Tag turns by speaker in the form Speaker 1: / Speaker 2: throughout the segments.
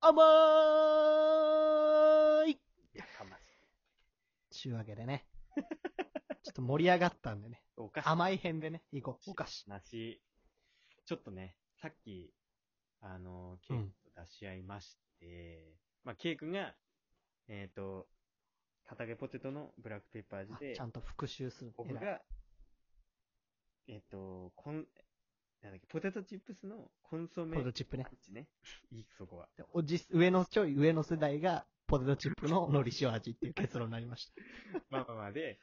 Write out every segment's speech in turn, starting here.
Speaker 1: 甘ーい
Speaker 2: 甘い
Speaker 1: ちゅうわけでね。 ちょっと盛り上がったんで ね。
Speaker 2: お菓子。
Speaker 1: 甘い編でね、行こう。お菓子。
Speaker 2: 梨。ちょっとね、さっき、あの、ケイ君と出し合いまして、まあ、ケイ君が、えっ、と、片揚げポテトのブラックペッパー味
Speaker 1: あ
Speaker 2: で
Speaker 1: ちゃ、んと復習する。
Speaker 2: 僕
Speaker 1: 偉い
Speaker 2: が、えっ、と、こん、なんだっけ、ポテトチップスのコンソメ
Speaker 1: ポテトチップね
Speaker 2: ラン。チね。いい、そこは。
Speaker 1: でおじ、上の、ちょい上の世代が、ポテトチッ プの海苔塩味っていう結論になりました。
Speaker 2: まあまあまあで、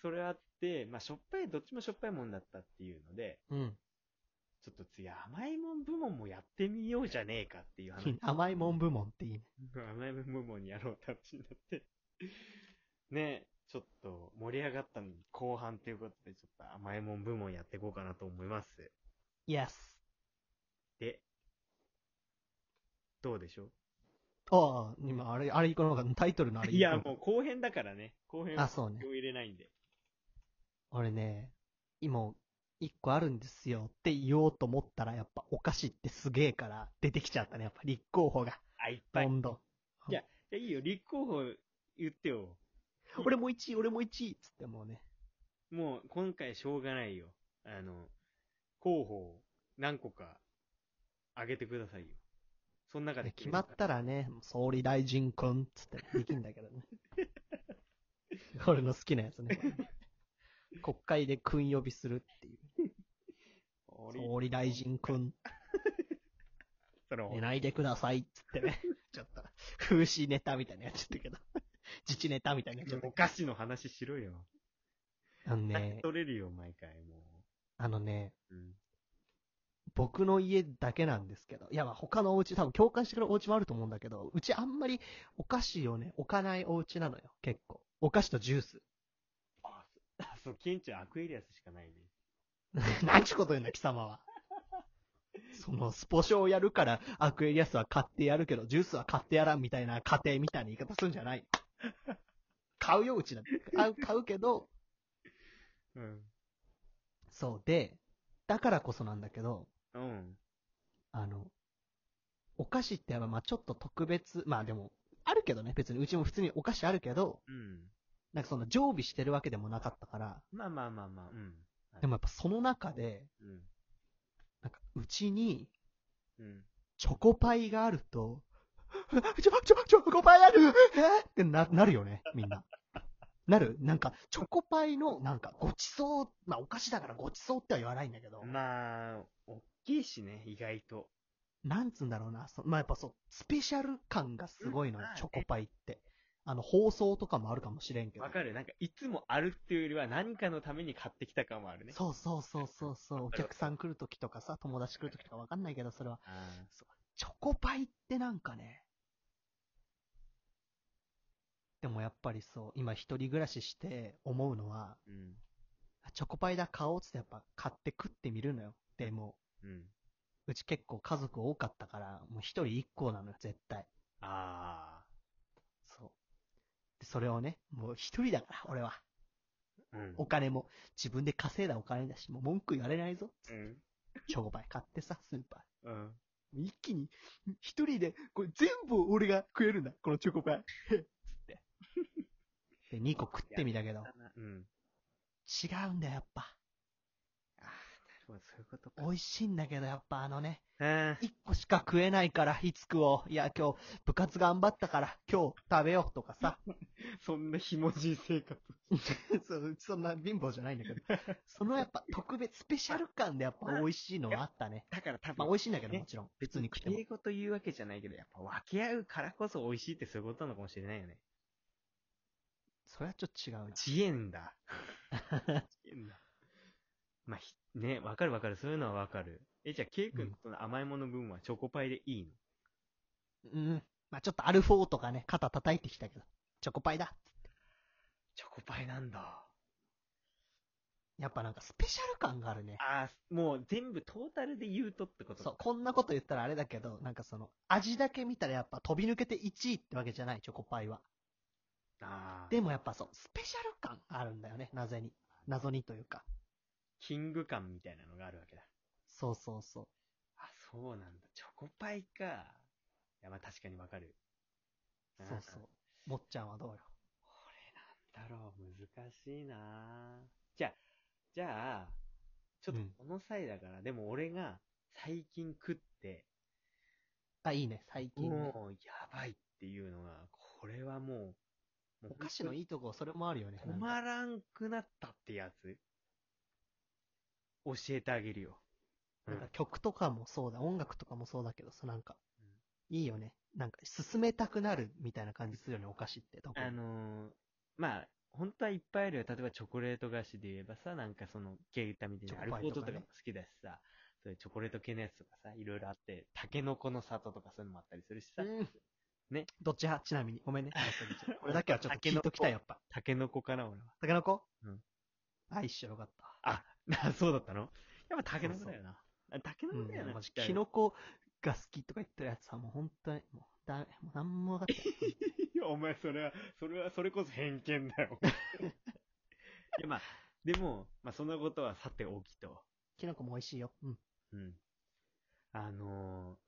Speaker 2: それあって、まあ、しょっぱい、どっちもしょっぱいもんだったっていうので、
Speaker 1: うん。
Speaker 2: ちょっと次、甘いもん部門もやってみようじゃねえかっていう話。
Speaker 1: 甘いもん部門っていいね。
Speaker 2: 甘い部門にやろうって話になって。ねちょっと盛り上がったの後半ということで、ちょっと甘いもん部門やっていこうかなと思います。
Speaker 1: イエス。
Speaker 2: で、どうでしょ
Speaker 1: ああ、今、あれ、あれ行くのが、タイトルのあ
Speaker 2: う
Speaker 1: れ
Speaker 2: いや、も
Speaker 1: う。
Speaker 2: う後編だからね。後編
Speaker 1: あ、
Speaker 2: は
Speaker 1: そうね。
Speaker 2: 入れないんで。
Speaker 1: 俺ね、今、一個あるんですよって言おうと思ったら、やっぱお菓子ってすげえから出てきちゃったね。やっぱ立候補が。
Speaker 2: あ、いっぱ
Speaker 1: ど
Speaker 2: い。
Speaker 1: んどん。
Speaker 2: いや、いいよ、立候補言ってよ。
Speaker 1: 俺も1位、俺も1位っつってもうね。
Speaker 2: もう今回しょうがないよ。あの、候補を何個か上げてくださいよ。その中で
Speaker 1: 決まった
Speaker 2: ら。
Speaker 1: らね、総理大臣くんっつってできんだけどね。俺の好きなやつね。国会でくん呼びするっていう。総理大臣くん、
Speaker 2: その
Speaker 1: 寝ないでくださいっつってね。ちょっと、風刺ネタみたいなやつだけど。 自治ネタみたいなやつ。
Speaker 2: お菓子の話しろよ。
Speaker 1: あの
Speaker 2: ね
Speaker 1: ね、
Speaker 2: 取れるよ、毎回、も
Speaker 1: あのね、
Speaker 2: う。うん。
Speaker 1: 僕の家だけなんですけど、いや、まあ他のお家多分共感してくれるお家もあると思うんだけど、うちあんまりお菓子をね、置かないお家なのよ、結構。お菓子とジュース。
Speaker 2: あ、 そそう、ケンチはアクエリアスしかないね。
Speaker 1: なんちゅうこと言うんだ、貴様は。その、スポショをやるから、アクエリアスは買ってやるけど、ジュースは買ってやらんみたいな家庭みたいな言い方するんじゃない。買うよ、うちだって。買う、買うけど、
Speaker 2: うん。
Speaker 1: そうで、だからこそなんだけど、
Speaker 2: うん。
Speaker 1: あの、お菓子ってやっぱ、まあちょっと特別、まあでも、あるけどね、別に、うちも普通にお菓子あるけど、
Speaker 2: うん。
Speaker 1: なんかその常備してるわけでもなかったから、
Speaker 2: まあまあまあまあ、うん。
Speaker 1: でもやっぱその中で、
Speaker 2: うん。
Speaker 1: なんかうちに
Speaker 2: うん。
Speaker 1: チョコパイがあると、 チョ、チョ、チョコパイあるえーってな、なるよね、みんな。なるなんか、チョコパイの、なんか、ごちそう、まあ、お菓子だからごちそうっては言わないんだけど、
Speaker 2: まあ、おっきいしね、意外と。
Speaker 1: なんつうんだろうな、そまあ、やっぱそう、スペシャル感がすごいのよ
Speaker 2: うん、
Speaker 1: チョコパイって。あの、放送とかもあるかもしれんけど
Speaker 2: わ。かるなんか、いつもあるっていうよりは、何かのために買ってきた感もあるね。
Speaker 1: そうそうそうそうそう、お客さん来るときとかさ、友達来るときとかわかんないけど、それは。
Speaker 2: あ
Speaker 1: チョコパイってなんかね、でもやっぱりそう、今一人暮らしして思うのは、
Speaker 2: ーうん。
Speaker 1: あチョコパイだ買おうっつってやっぱ買って食ってみるのよ。でも、
Speaker 2: うん。
Speaker 1: うち結構家族多かったから、もう一人一個なのよ、絶対。
Speaker 2: あ
Speaker 1: そう。でそれをね、もう一人だから、俺は。
Speaker 2: あ。うん。
Speaker 1: お金も、自分で稼いだお金だし、もう文句言われないぞ。
Speaker 2: うん。
Speaker 1: チョコパイ買ってさ、スーパー。
Speaker 2: うん。
Speaker 1: 一気に、一人で、これ全部俺が食えるんだ、このチョコパイ。つって。で、2個食ってみたけど、
Speaker 2: うん。
Speaker 1: 違うんだよ、やっぱ。
Speaker 2: ああ、なるほど、そういうことか。
Speaker 1: 美味しいんだけど、やっぱあのね、
Speaker 2: あ
Speaker 1: 1個しか食えないから、いつ食おう。いや、今日、部活頑張ったから、今日食べようとかさ。
Speaker 2: ーそんなひもじい生活。
Speaker 1: そうそんな貧乏じゃないんだけど、そのやっぱ特別、スペシャル感でやっぱ美味しいのはあったね。
Speaker 2: だから多分、
Speaker 1: まあ美味しいんだけど、
Speaker 2: ね
Speaker 1: もちろん。別に食っても。
Speaker 2: 英語というわけじゃないけど、やっぱ分け合うからこそ美味しいってそういうことなのかもしれないよね。
Speaker 1: それはちょっと違うな。
Speaker 2: 知恵ん だ。知恵んだ。まあ、ひね、わかるわかる。そういうのはわかる。え、じゃあ、ケイ君との甘いもの部分はチョコパイでいいの、
Speaker 1: うん。まあちょっとアルフォーとかね、肩叩いてきたけど、チョコパイだ。
Speaker 2: チョコパイなんだ。
Speaker 1: やっぱなんかスペシャル感があるね。
Speaker 2: あーもう全部トータルで言うとってこと
Speaker 1: そう、こんなこと言ったらあれだけど、なんかその、味だけ見たらやっぱ飛び抜けて1位ってわけじゃない、チョコパイは。
Speaker 2: あー
Speaker 1: でもやっぱそう、スペシャル感あるんだよね、なぜに。謎にというか。
Speaker 2: キング感みたいなのがあるわけだ。
Speaker 1: そうそうそう。
Speaker 2: あ、そうなんだ。チョコパイか。や、まあ確かにわかる。ん
Speaker 1: そうそう。。もっちゃんはどうよ。
Speaker 2: これなんだろう、難しいなぁじゃあ、じゃあ、ちょっと
Speaker 1: うん
Speaker 2: この際だから、でも俺が最近食って、
Speaker 1: あ、いいね、最近ね。
Speaker 2: もうやばいっていうのが、これはもう、もう
Speaker 1: お菓子のいいとこ、それもあるよね。
Speaker 2: 止まらんくなったってやつ、教えてあげるよ。
Speaker 1: なんか曲とかもそうだ、音楽とかもそうだけどさ、なんか、いいよね。なんか、進めたくなるみたいな感じするよね、お菓子って。特に
Speaker 2: あのーまあ、本当はいっぱいあるよ。例えばチョコレート菓子で言えばさ、なんかその、ケータみたい
Speaker 1: チ
Speaker 2: な
Speaker 1: ョコ
Speaker 2: アル
Speaker 1: パ
Speaker 2: コー
Speaker 1: イと
Speaker 2: トと
Speaker 1: かね
Speaker 2: かも好きだしさ、そういうチョコレート系のやつとかさ、いろいろあって、タケノコの里とかそういうのもあったりするしさ、
Speaker 1: うん。
Speaker 2: ね。
Speaker 1: どっち派ちなみに。ご めんね。俺だけはちょっと聞いときたい、やっぱ。
Speaker 2: タケノコかな、俺は。
Speaker 1: タケノコ
Speaker 2: うん。
Speaker 1: あ、一緒よかった。
Speaker 2: あ、なそうだったのやっぱタケノコだよな。あタケノ
Speaker 1: う
Speaker 2: コだよな。
Speaker 1: ん、マジ
Speaker 2: 絶、対
Speaker 1: キノコが好きとか言ってるやつはもう本当に、もう、ダメ、もうなんも分か ってない。
Speaker 2: いや、お前、それは、それは、それこそ偏見 だよ。いや、まあ、でも、まあ、そんなことはさておきと。
Speaker 1: キノコも美味しいよ。うん。
Speaker 2: うん。あのー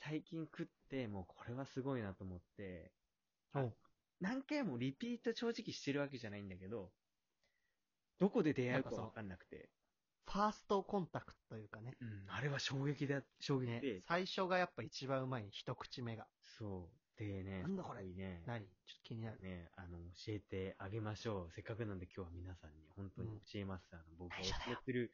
Speaker 2: 最近食って、もうこれはすごいなと思って、
Speaker 1: お
Speaker 2: 何回もリピート正直してるわけじゃないんだけど、どこで出会うかわかんなくて。
Speaker 1: ファーストコンタクトというかね。
Speaker 2: うん、あれは衝撃だ、衝撃で。
Speaker 1: ね、最初がやっぱ一番うまいね、一口目が。
Speaker 2: そう。でね、
Speaker 1: なんだこれ
Speaker 2: すごいね、
Speaker 1: 何ちょっと気になる。
Speaker 2: ね、あの、教えてあげましょう。せっかくなんで今日は皆さんに本当に教えます。あの、僕が教えてる、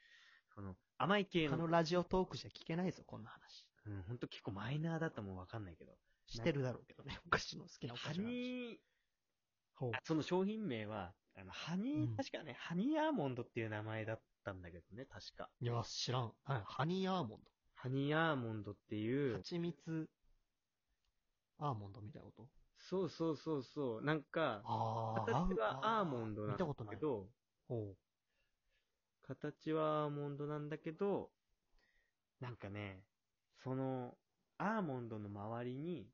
Speaker 2: その、甘い系
Speaker 1: 他
Speaker 2: の、
Speaker 1: のラジオトークじゃ聞けないぞ、こんな話。
Speaker 2: うん、本当結構マイナーだともわかんないけど、
Speaker 1: してるだろうけどね、お菓子の好きなお
Speaker 2: ハ
Speaker 1: 菓子の話。
Speaker 2: ニ
Speaker 1: ほう
Speaker 2: ー、あその商品名は、あの、ハニー、
Speaker 1: うん
Speaker 2: 確かね、ハニーアーモンドっていう名前だったんだけどね、確か。
Speaker 1: いや、知らん。何ハニーアーモン
Speaker 2: ハニーアーモンドってい
Speaker 1: ド。
Speaker 2: う、
Speaker 1: 蜂蜜、アーモンドみたいなこと
Speaker 2: そうそうそうそう、なんか、
Speaker 1: ああ、
Speaker 2: 形はアーモンドな
Speaker 1: 見
Speaker 2: ん
Speaker 1: た
Speaker 2: だ
Speaker 1: ことな
Speaker 2: け
Speaker 1: い。
Speaker 2: ど、
Speaker 1: ほ
Speaker 2: 形はアーモンドなんだけど、なんかね、その、アーモンドの周りに、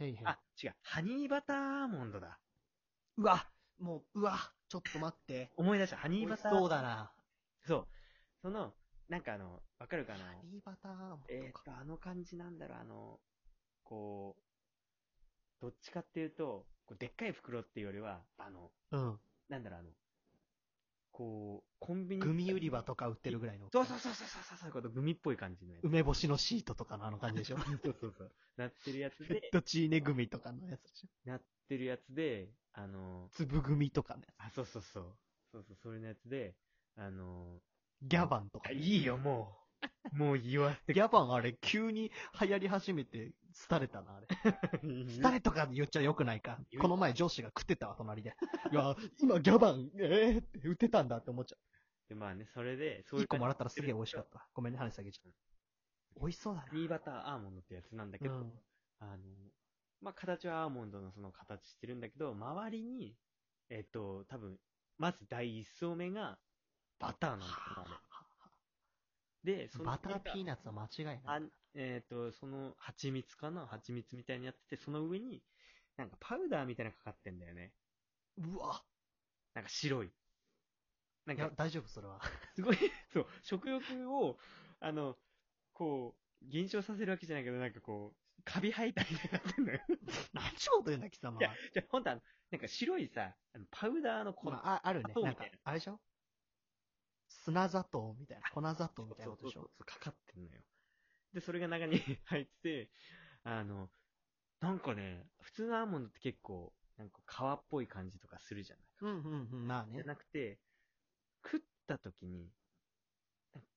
Speaker 1: う。へいへい。
Speaker 2: あ、違う、ハニーバターアーモンドだ。
Speaker 1: うわ、もう、うわ、ちょっと待って。
Speaker 2: 思い出した、ハニ
Speaker 1: 美
Speaker 2: ー
Speaker 1: 味
Speaker 2: バ
Speaker 1: し
Speaker 2: ター。
Speaker 1: そうだな。
Speaker 2: そう。その、なんかあの、わかるかな
Speaker 1: ハニーバターアーモンド
Speaker 2: えー、
Speaker 1: か
Speaker 2: っ。と、あの感じなんだろう、あの、こう、どっちかっていうと、こうでっかい袋っていうよりは、あの、
Speaker 1: うん。
Speaker 2: なんだろう、あの、こう、コンビニ。
Speaker 1: グミ売り場とか売ってるぐらいの。
Speaker 2: そうそうそうそうそうそう、そういうこと、グミっぽい感じのやつ。
Speaker 1: 梅干しのシートとかのあの感じでしょ。
Speaker 2: そうそうそう。なってるやつ
Speaker 1: フェッ
Speaker 2: で、
Speaker 1: トチーネグミとかのやつでしょ。
Speaker 2: なってるやつで、あの、
Speaker 1: 粒グミとかのや
Speaker 2: あ、そうそうそう。そうそう、それのやつで、あの、
Speaker 1: つ。ギャバンとか
Speaker 2: あ。いいよ、も う。もう言わ せ
Speaker 1: ギャバンあれ、急に流行り始めて、廃れたな、あれ。
Speaker 2: て。
Speaker 1: 廃れとか言っちゃよくないか
Speaker 2: 言。う
Speaker 1: この前上司が食ってたわ、隣で。 いや、今ギャバン、ええって打てたんだって思っちゃ。
Speaker 2: で、まあね、それで、そうう
Speaker 1: 一
Speaker 2: いう
Speaker 1: 個
Speaker 2: 感じ
Speaker 1: もらったらすげえ美味しかったわ。ごめんね、話下げちゃった。美味しそうだな。
Speaker 2: ニーバターアーモンドってやつなんだけど、
Speaker 1: うん
Speaker 2: あの、まあ、形はアーモンドのその形してるんだけど、周りに、えっと、多分、まず第一層目が、バターなんだよなあれで、その
Speaker 1: バターピー
Speaker 2: ナ
Speaker 1: ナッツは間違いな
Speaker 2: あ
Speaker 1: い。
Speaker 2: えっ、と、その、蜂蜜かな蜂蜜みたいにやってて、その上に、なんかパウダーみたいなのかかってんだよね。
Speaker 1: うわ。
Speaker 2: なんか白い。なん
Speaker 1: いや
Speaker 2: か、、
Speaker 1: 大丈夫、それは。
Speaker 2: すごい、そう、食欲を、あの、こう、減少させるわけじゃないけど、なんかこう、カビ生えたみたいになってんのよ。
Speaker 1: 何ちゅうこと言うんだ、貴様
Speaker 2: いや
Speaker 1: は。、
Speaker 2: じゃあ、ほんとあの、なんか白いさ、あのパウダーの粉。
Speaker 1: まあ、ああるね。
Speaker 2: 砂糖
Speaker 1: なん
Speaker 2: みた
Speaker 1: か
Speaker 2: いな、
Speaker 1: あれでしょ砂砂糖みたいな、粉砂糖みたいな
Speaker 2: そう
Speaker 1: ことで
Speaker 2: そうそ
Speaker 1: し
Speaker 2: う
Speaker 1: ょ
Speaker 2: そうかかってんのよ。で、それが中に 入ってて、あの、なんかね、普通のアーモンドって結構、なんか皮っぽい感じとかするじゃない
Speaker 1: うんうんうん、まあ
Speaker 2: じ
Speaker 1: ね
Speaker 2: ゃ。なくて、食った時に、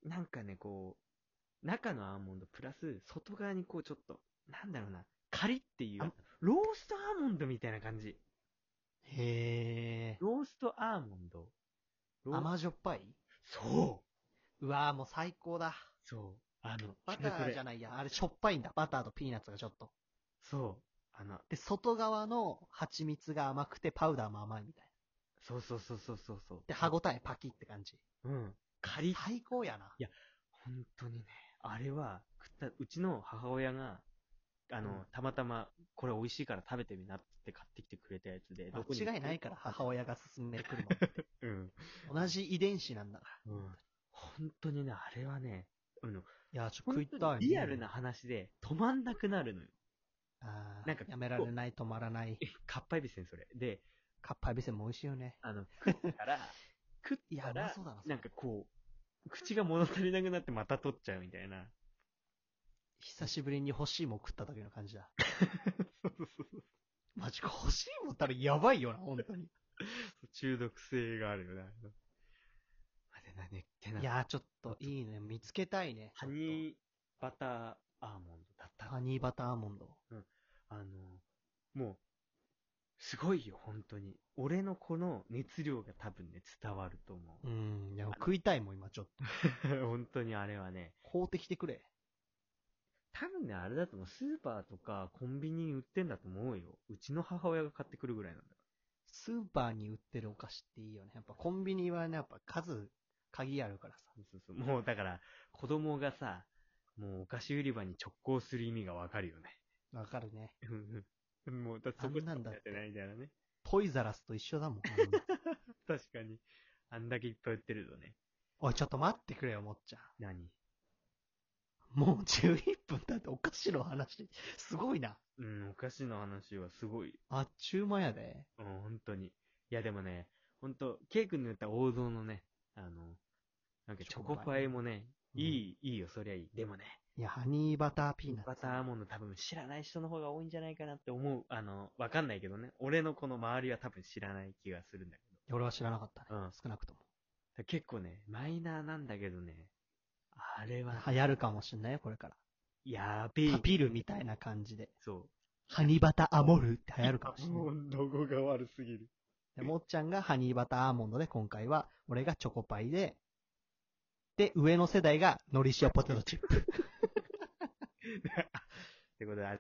Speaker 2: ななんかね、こう、中のアーモンドプラス、外側にこうちょっと、なんだろうな、カリってい
Speaker 1: あ
Speaker 2: う、ローストアーモンドみたいな感じ。
Speaker 1: へえ。
Speaker 2: ローストアーモンド。ロー
Speaker 1: 甘じょっぱい
Speaker 2: そう
Speaker 1: うわーもう最高だ。
Speaker 2: そう。あの、
Speaker 1: バタ
Speaker 2: そ
Speaker 1: ー
Speaker 2: れ
Speaker 1: じ
Speaker 2: そ
Speaker 1: ゃ
Speaker 2: れ
Speaker 1: ないや。あれしょっぱいんだ。バターとピーナッツがちょっと。
Speaker 2: そう。あの、
Speaker 1: で、外側の蜂蜜が甘くてパウダーも甘いみたいな。
Speaker 2: そうそうそうそうそうそう。
Speaker 1: で、歯ごたえパキって感じ。
Speaker 2: うん。カリッ
Speaker 1: 最高やな。
Speaker 2: 本当にね、あれは、食った、うちの母親が、あ
Speaker 1: う
Speaker 2: の、
Speaker 1: ん
Speaker 2: たまたま、これ美味しいから食べてみなって買ってきてくれたやつで、どこに
Speaker 1: 間違いないから母親が勧めてくる
Speaker 2: うん。
Speaker 1: の。同じ遺伝子なんだから。
Speaker 2: うん。本当にね、あれはね、あの、
Speaker 1: いやー、ちょっと食
Speaker 2: 本
Speaker 1: いた
Speaker 2: 当
Speaker 1: い、
Speaker 2: にリアルな。話で止まんなくなるのよ。
Speaker 1: あー
Speaker 2: なんか
Speaker 1: やめられない、止まらない。
Speaker 2: かっぱえびせん、それ。で、
Speaker 1: かっぱえびせんも美味しいよね。
Speaker 2: あの、食っ たら、食
Speaker 1: い
Speaker 2: っ
Speaker 1: や、
Speaker 2: た
Speaker 1: うま
Speaker 2: ら
Speaker 1: そ、うだな、それ
Speaker 2: なんかこう、口が物足りなくなってまた取っちゃうみたいな。
Speaker 1: 久しぶりに欲しいもん食った時の感 じだ。マジか、欲しいもんったらやばいよな、本 当に。
Speaker 2: 中毒性があるよね。あれのあれ何ってな。
Speaker 1: いやー、ちょっといいね。見つけたいね。
Speaker 2: ハニーバターアーモンドだ
Speaker 1: ちょ
Speaker 2: った
Speaker 1: っと
Speaker 2: か
Speaker 1: ハニーバターアーモンド。
Speaker 2: あの、もう、すごいよ、本当に。俺のこの熱量が多分ね、伝わると思
Speaker 1: うーん、いや食いたいもん、今ちょっと。
Speaker 2: う。 本当にあれはね、
Speaker 1: 買うてきてくれ。
Speaker 2: 多分ね、あれだと思う。スーパーとかコンビニに売ってんだと思うよ。うちの母親が買ってくるぐらいなんだよ
Speaker 1: スーパーに売ってるお菓子っていいよね。やっぱコンビニはね、やっぱ数、鍵あるからさ。
Speaker 2: そうそうもうだから、子供がさ、もうお菓子売り場に直行する意味がわかるよ ね。
Speaker 1: わかるね。
Speaker 2: うんうんもう、だってそこしか
Speaker 1: あんなんだ
Speaker 2: やってないみたいなね。
Speaker 1: トイザラスと一緒 だもん。あんな
Speaker 2: 確かに。あんだけいっぱい売ってるとね。
Speaker 1: おい、ちょっと待ってくれよ、もっちゃん。
Speaker 2: 何
Speaker 1: もう11分だってお菓子の話。すごいな。
Speaker 2: うん、お菓子の話はすごい。
Speaker 1: あっちゅう間やで。
Speaker 2: うん、本当に。いや、でもね、本当ケイ君の言った王道のね、あの、なんかチョコパイもね、
Speaker 1: うん
Speaker 2: いい、いいよ、そりゃいい。でもね、
Speaker 1: いや、ハニーバターピーナッツ。
Speaker 2: バターアーモンド多分知らない人の方が多いんじゃないかなって思う。あの、わかんないけどね。俺のこの周りは多分知らない気がするんだけど。
Speaker 1: 俺は知らなかったね。
Speaker 2: うん
Speaker 1: 少なくとも。
Speaker 2: だから結構ね、マイナーなんだけどね、あれは、
Speaker 1: 流行るかもしんないよ、これから。
Speaker 2: やべえ。
Speaker 1: パピルみたいな感じで。
Speaker 2: そう。
Speaker 1: ハニーバターアモルって流行るかもしんない。
Speaker 2: んどこが悪すぎる。
Speaker 1: でもっちゃんがハニーバターアーモンドで、今回は俺がチョコパイで、で、上の世代が海苔塩ポテトチップ。
Speaker 2: ってことで、あ